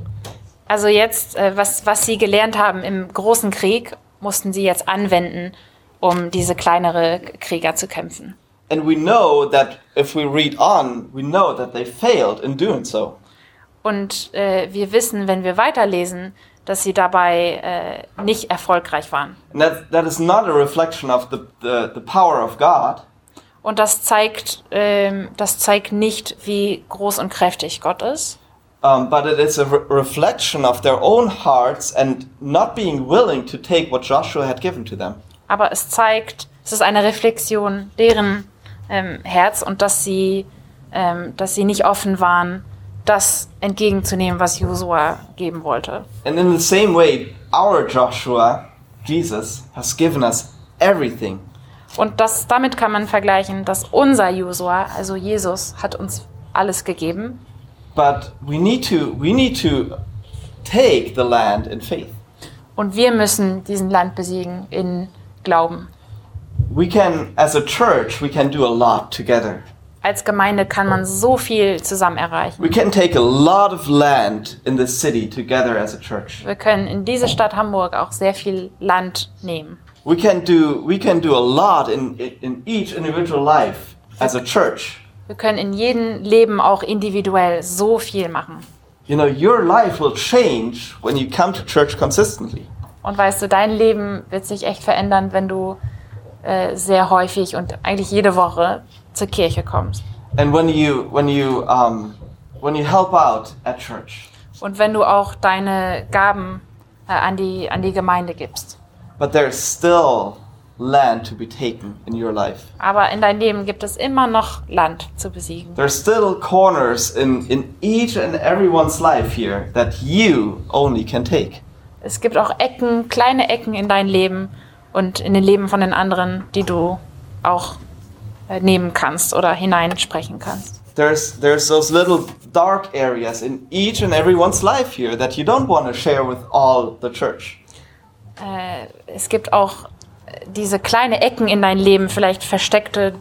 S3: Also jetzt, äh, was, was sie gelernt haben im großen Krieg, mussten sie jetzt anwenden, um diese kleinere Krieger zu kämpfen.
S2: And we know that if we read on, we know that they failed in doing so.
S3: Und äh, wir wissen, wenn wir weiterlesen, dass sie dabei äh, nicht erfolgreich waren.
S2: And that, that is not a reflection of the, the, the power of God,
S3: Und das zeigt, ähm, das zeigt nicht, wie groß und kräftig Gott ist,
S2: um, but it is a re- reflection of their own hearts and not being willing to take what Joshua had given to them.
S3: aber es zeigt, es ist eine Reflexion deren ähm, Herz und dass sie, ähm, dass sie nicht offen waren, das entgegenzunehmen, was Josua geben wollte.
S2: And in the same way, our Joshua, Jesus, has given us everything.
S3: Und das, damit kann man vergleichen, dass unser Josua, also Jesus, hat uns alles gegeben.
S2: But we need to we need to take the land in faith.
S3: Und wir müssen diesen Land besiegen in Glauben.
S2: We can as a church we can do a lot together.
S3: Als Gemeinde kann man so viel zusammen erreichen.
S2: We can take a lot of land in this city together as a church.
S3: Wir können in diese Stadt Hamburg auch sehr viel Land nehmen.
S2: We can do we can do a lot in in each individual life as a church.
S3: Wir können in jedem Leben auch individuell so viel machen.
S2: You know, your life will change when you come to church consistently.
S3: Und weißt du, dein Leben wird sich echt verändern, wenn du äh, sehr häufig und eigentlich jede Woche zur Kirche kommst.
S2: And when you when you um, when you help out at church.
S3: Und wenn du auch deine Gaben äh, an, die, an die Gemeinde gibst.
S2: But there's still land to be taken in your life.
S3: Aber in deinem Leben gibt es immer noch Land zu besiegen.
S2: There's still corners in, in each and everyone's life here that you only can take.
S3: Es gibt auch Ecken, kleine Ecken in dein Leben und in den Leben von den anderen, die du auch äh, nehmen kannst oder hineinsprechen kannst.
S2: There's there's those little dark areas in each and everyone's life here that you don't want to share with all the church.
S3: Äh, es gibt auch äh, diese kleine Ecken in dein Leben, vielleicht versteckte,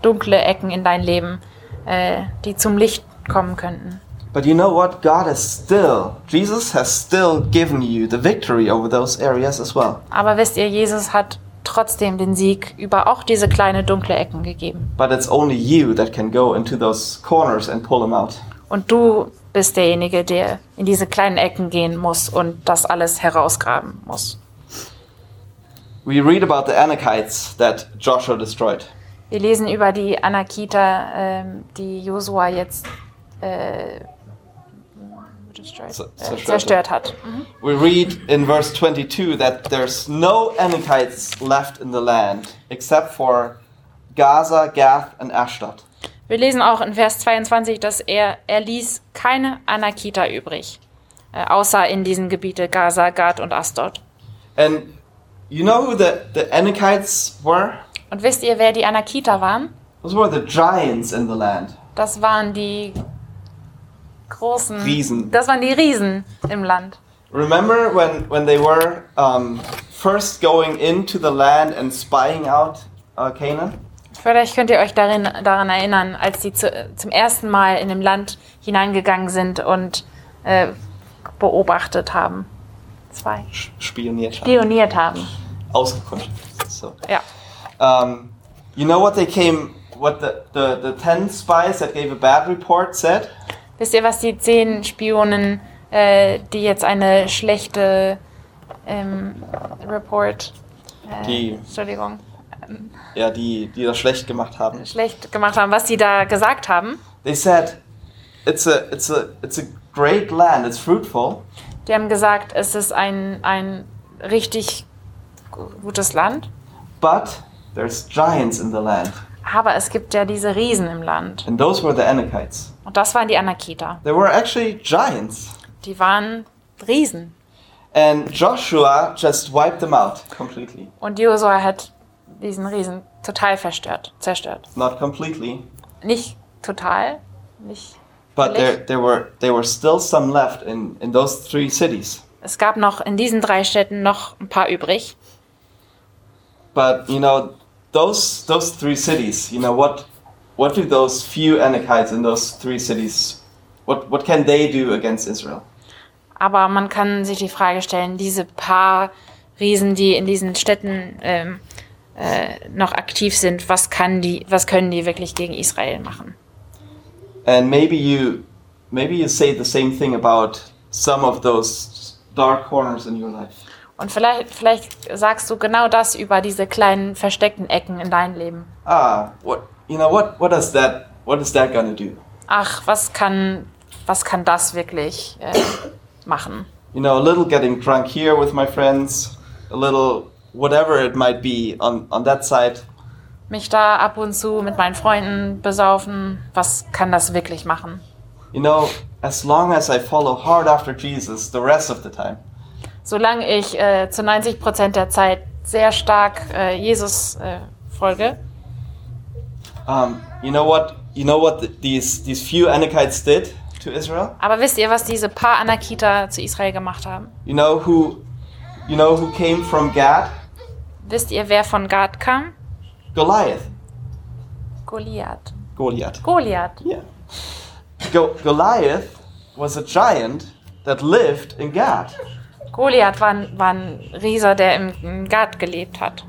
S3: dunkle Ecken in dein Leben, äh, die zum Licht kommen könnten.
S2: But you know what? God has still Jesus has still given you the victory over those areas as well.
S3: Aber wisst ihr, Jesus hat trotzdem den Sieg über auch diese kleine dunkle Ecken gegeben.
S2: But it's only you that can go into those corners and pull them out.
S3: Und du bist derjenige, der in diese kleinen Ecken gehen muss und das alles herausgraben muss.
S2: We read about the Anakites that Joshua destroyed.
S3: Wir lesen über die Anakita, ähm, die Josua jetzt äh, destroyed,
S2: Z-
S3: äh,
S2: zerstört
S3: zerstört hat. Mhm.
S2: We read in verse 22 that there's no Anakites left in the land except for Gaza, Gath, and Ashdod.
S3: Wir lesen auch in Vers 22, dass er, er ließ keine Anakita übrig, äh, außer in diesen Gebiete Gaza, Gad und Asdod.
S2: And you know who the, the Anakites were?
S3: Und wisst ihr, wer die Anakita waren?
S2: Those were the giants in the land.
S3: Das waren die großen
S2: Riesen.
S3: Das waren die Riesen im Land.
S2: Remember when, when they were um, first going into the land and spying out uh, Canaan?
S3: Vielleicht könnt ihr euch darin, daran erinnern, als sie zu, zum ersten Mal in dem Land hineingegangen sind und äh, beobachtet haben. Zwei.
S2: Sch- Spioniert. haben.
S3: Spioniert haben.
S2: Ausgekundet. So.
S3: Ja.
S2: Um, you know what they came, what the, the, the 10 spies that gave a bad report said?
S3: Wisst ihr, was die zehn Spionen, äh, die jetzt eine schlechte ähm, Report, äh,
S2: Die-
S3: Entschuldigung, ähm,
S2: Ja, die, die das schlecht gemacht haben.
S3: schlecht gemacht haben, was die da gesagt haben?
S2: They said, it's a, it's a, it's a great land, it's fruitful,
S3: Die haben gesagt, es ist ein, ein richtig gu- gutes Land,
S2: but there's giants in the land.
S3: aber es gibt ja diese Riesen im Land.
S2: And those were the Anakites.
S3: Und das waren die Anakita.
S2: They were actually giants.
S3: Die waren Riesen.
S2: And Joshua just wiped them out completely.
S3: Und Josua hat diesen Riesen total verstört, zerstört.
S2: Not completely,
S3: Nicht total, nicht.
S2: but there, there, were, there were still some left in, in those three cities.
S3: Es gab noch in diesen drei Städten noch ein paar übrig.
S2: But you know, those those three cities, you know, what what do those few Anakites in those three cities what what can they do against Israel?
S3: Aber man kann sich die Frage stellen, diese paar Riesen, die in diesen Städten ähm, äh, noch aktiv sind, was, kann die, was können die wirklich gegen Israel machen?
S2: And maybe you maybe you say the same thing about some of those dark corners in your life.
S3: Und vielleicht, vielleicht sagst du genau das über diese kleinen versteckten Ecken in deinem Leben.
S2: Ah, what you know what what does that what is that gonna do?
S3: Ach, was kann, was kann das wirklich äh, machen?
S2: You know, a little getting drunk here with my friends, a little whatever it might be on, on that side.
S3: Mich da ab und zu mit meinen Freunden besaufen, was kann das wirklich machen?
S2: You know, as long as I follow hard after Jesus the rest of the time.
S3: Solange ich äh, zu 90 Prozent der Zeit sehr stark äh, Jesus äh, folge,
S2: Um, you know what? You know what th- these these few Anakites did to to Israel.
S3: Aber wisst ihr, was diese paar Anakiter zu Israel gemacht haben?
S2: You know who you know who came from Gad?
S3: Wisst ihr, wer von Gad kam?
S2: Goliath.
S3: Goliath.
S2: Goliath.
S3: Goliath.
S2: Yeah. Go- Goliath was a giant that lived in Gad.
S3: Goliath war ein, war ein Rieser, der im, im Gad gelebt hat.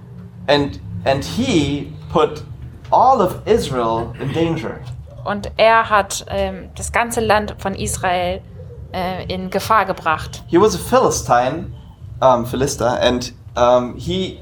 S2: And and he put all of Israel in danger.
S3: Und er hat ähm, das ganze Land von Israel äh, in Gefahr gebracht.
S2: He was a Philistine, um, Philista, and um, he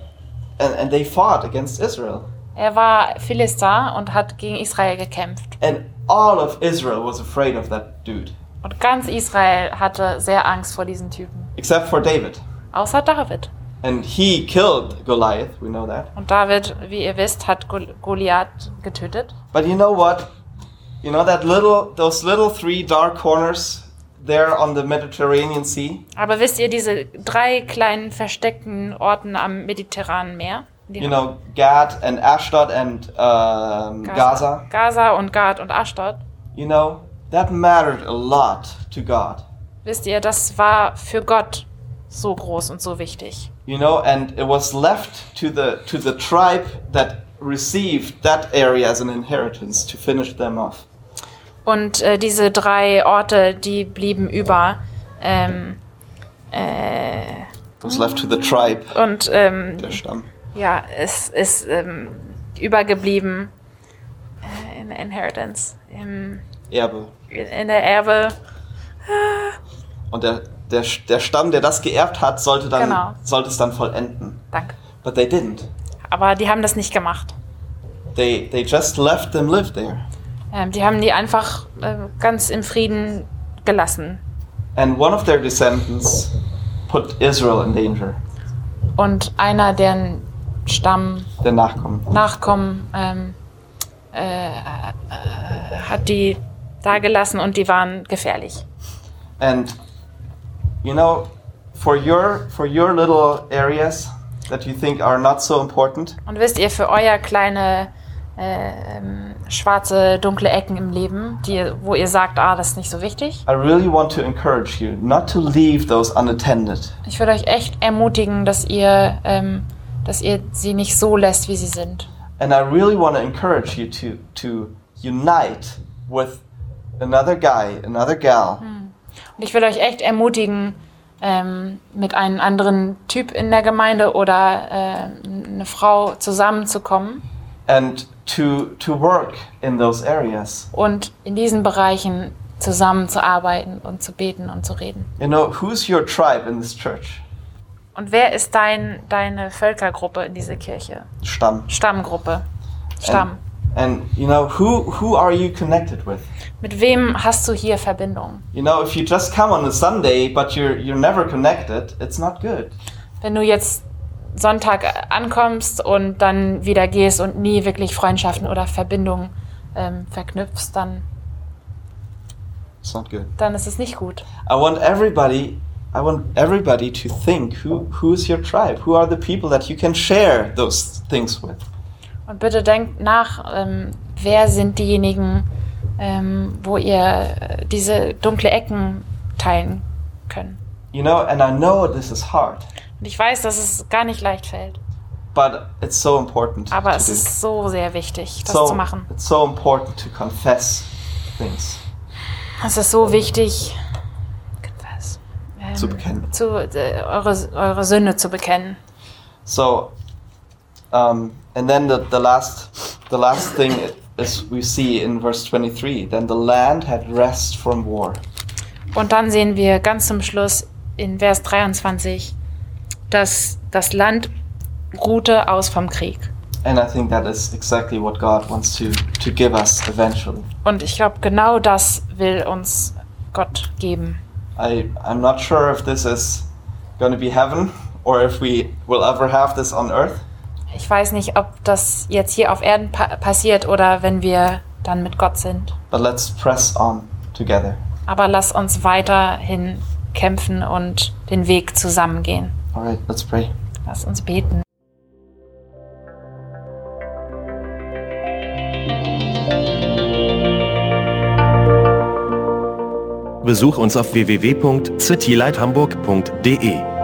S2: and, and they fought against Israel.
S3: Er war Philister und hat gegen Israel gekämpft.
S2: And all of Israel was afraid of that dude,
S3: Und ganz Israel hatte sehr Angst vor diesen Typen.
S2: except for David.
S3: Außer David.
S2: And he killed Goliath, we know that.
S3: Und David, wie ihr wisst, hat Gol- Goliath getötet.
S2: But you know what? You know that little those little three dark corners there on the Mediterranean Sea?
S3: Aber wisst ihr, diese drei kleinen versteckten Orten am Mediterranen Meer? Die
S2: You know, Gad and Ashdod and um, Gaza.
S3: Gaza und Gad und Ashdod.
S2: You know, that mattered a lot to God.
S3: Wisst ihr, das war für Gott so groß und so wichtig.
S2: You know, and it was left to the to the tribe that received that area as an inheritance to finish them off.
S3: Und äh, diese drei Orte, die blieben über. Ähm, äh,
S2: It was left to the tribe,
S3: und ähm,
S2: der Stamm.
S3: ja, es ist ähm, übergeblieben äh, in der Inheritance, im,
S2: Erbe.
S3: in der Erbe.
S2: Und der, der, der Stamm, der das geerbt hat, sollte, dann,
S3: Genau.
S2: sollte es dann vollenden.
S3: Danke.
S2: But they didn't.
S3: Aber die haben das nicht gemacht.
S2: They, they just left them live there.
S3: Ähm, die haben die einfach äh, ganz im Frieden gelassen.
S2: And one of their descendants put Israel in danger.
S3: Und einer, deren Stamm
S2: Der Nachkommen.
S3: Nachkommen ähm, äh, äh, hat die da gelassen und die waren gefährlich.
S2: And you know, for your for your little areas that you think are not so important,
S3: Und wisst ihr, für euer kleine äh, ähm, schwarze, dunkle Ecken im Leben, die, ihr- wo ihr sagt, ah, das ist nicht so wichtig,
S2: I really want to encourage you not to leave those unattended.
S3: ich würde euch echt ermutigen, dass ihr, ähm, dass ihr sie nicht so lässt, wie sie sind.
S2: And I really want to encourage you to to unite with another guy, another gal.
S3: Und ich will euch echt ermutigen, ähm, mit einem anderen Typ in der Gemeinde oder äh, eine Frau zusammenzukommen
S2: and to to work in those areas.
S3: und in diesen Bereichen zusammenzuarbeiten und zu beten und zu reden.
S2: You know, who's your tribe in this church?
S3: Und wer ist dein, deine Völkergruppe in dieser Kirche?
S2: Stamm.
S3: Stammgruppe. Stamm.
S2: And you know, who who are you connected with?
S3: Mit wem hast du hier Verbindung?
S2: You know, if you just come on a Sunday but you're you're never connected, it's not good.
S3: Wenn du jetzt Sonntag ankommst und dann wieder gehst und nie wirklich Freundschaften oder Verbindungen ähm, verknüpfst, dann,
S2: It's not good.
S3: dann ist es nicht gut.
S2: I want everybody I want everybody to think who who's your tribe? Who are the people that you can share those things with?
S3: Und bitte denkt nach, ähm, wer sind diejenigen, ähm, wo ihr äh, diese dunkle Ecken teilen können.
S2: You know, and I know this is hard,
S3: Und ich weiß, dass es gar nicht leicht fällt,
S2: but it's so important.
S3: aber
S2: to
S3: es
S2: do.
S3: ist so sehr wichtig, das
S2: so,
S3: zu machen.
S2: It's so important to confess things.
S3: Es ist so wichtig, Confess, ähm,
S2: Zu bekennen.
S3: Zu, äh, eure, eure Sünde zu bekennen.
S2: So, um, and then the, the last the last thing is we see in verse 23. Then the land had rest from war.
S3: Und dann sehen wir ganz zum Schluss in Vers 23, dass das Land ruhte aus vom Krieg.
S2: And I think that is exactly what God wants to, to give us eventually.
S3: Und ich glaube, genau das will uns Gott geben.
S2: I, I'm not sure if this is going to be heaven or if we will ever have this on earth,
S3: Ich weiß nicht, ob das jetzt hier auf Erden pa passiert oder wenn wir dann mit Gott sind.
S2: but let's press on together.
S3: Aber lass uns weiterhin kämpfen und den Weg zusammengehen.
S2: All right, let's pray.
S3: Lass uns beten.
S1: Besuch uns auf www.citylighthamburg.de.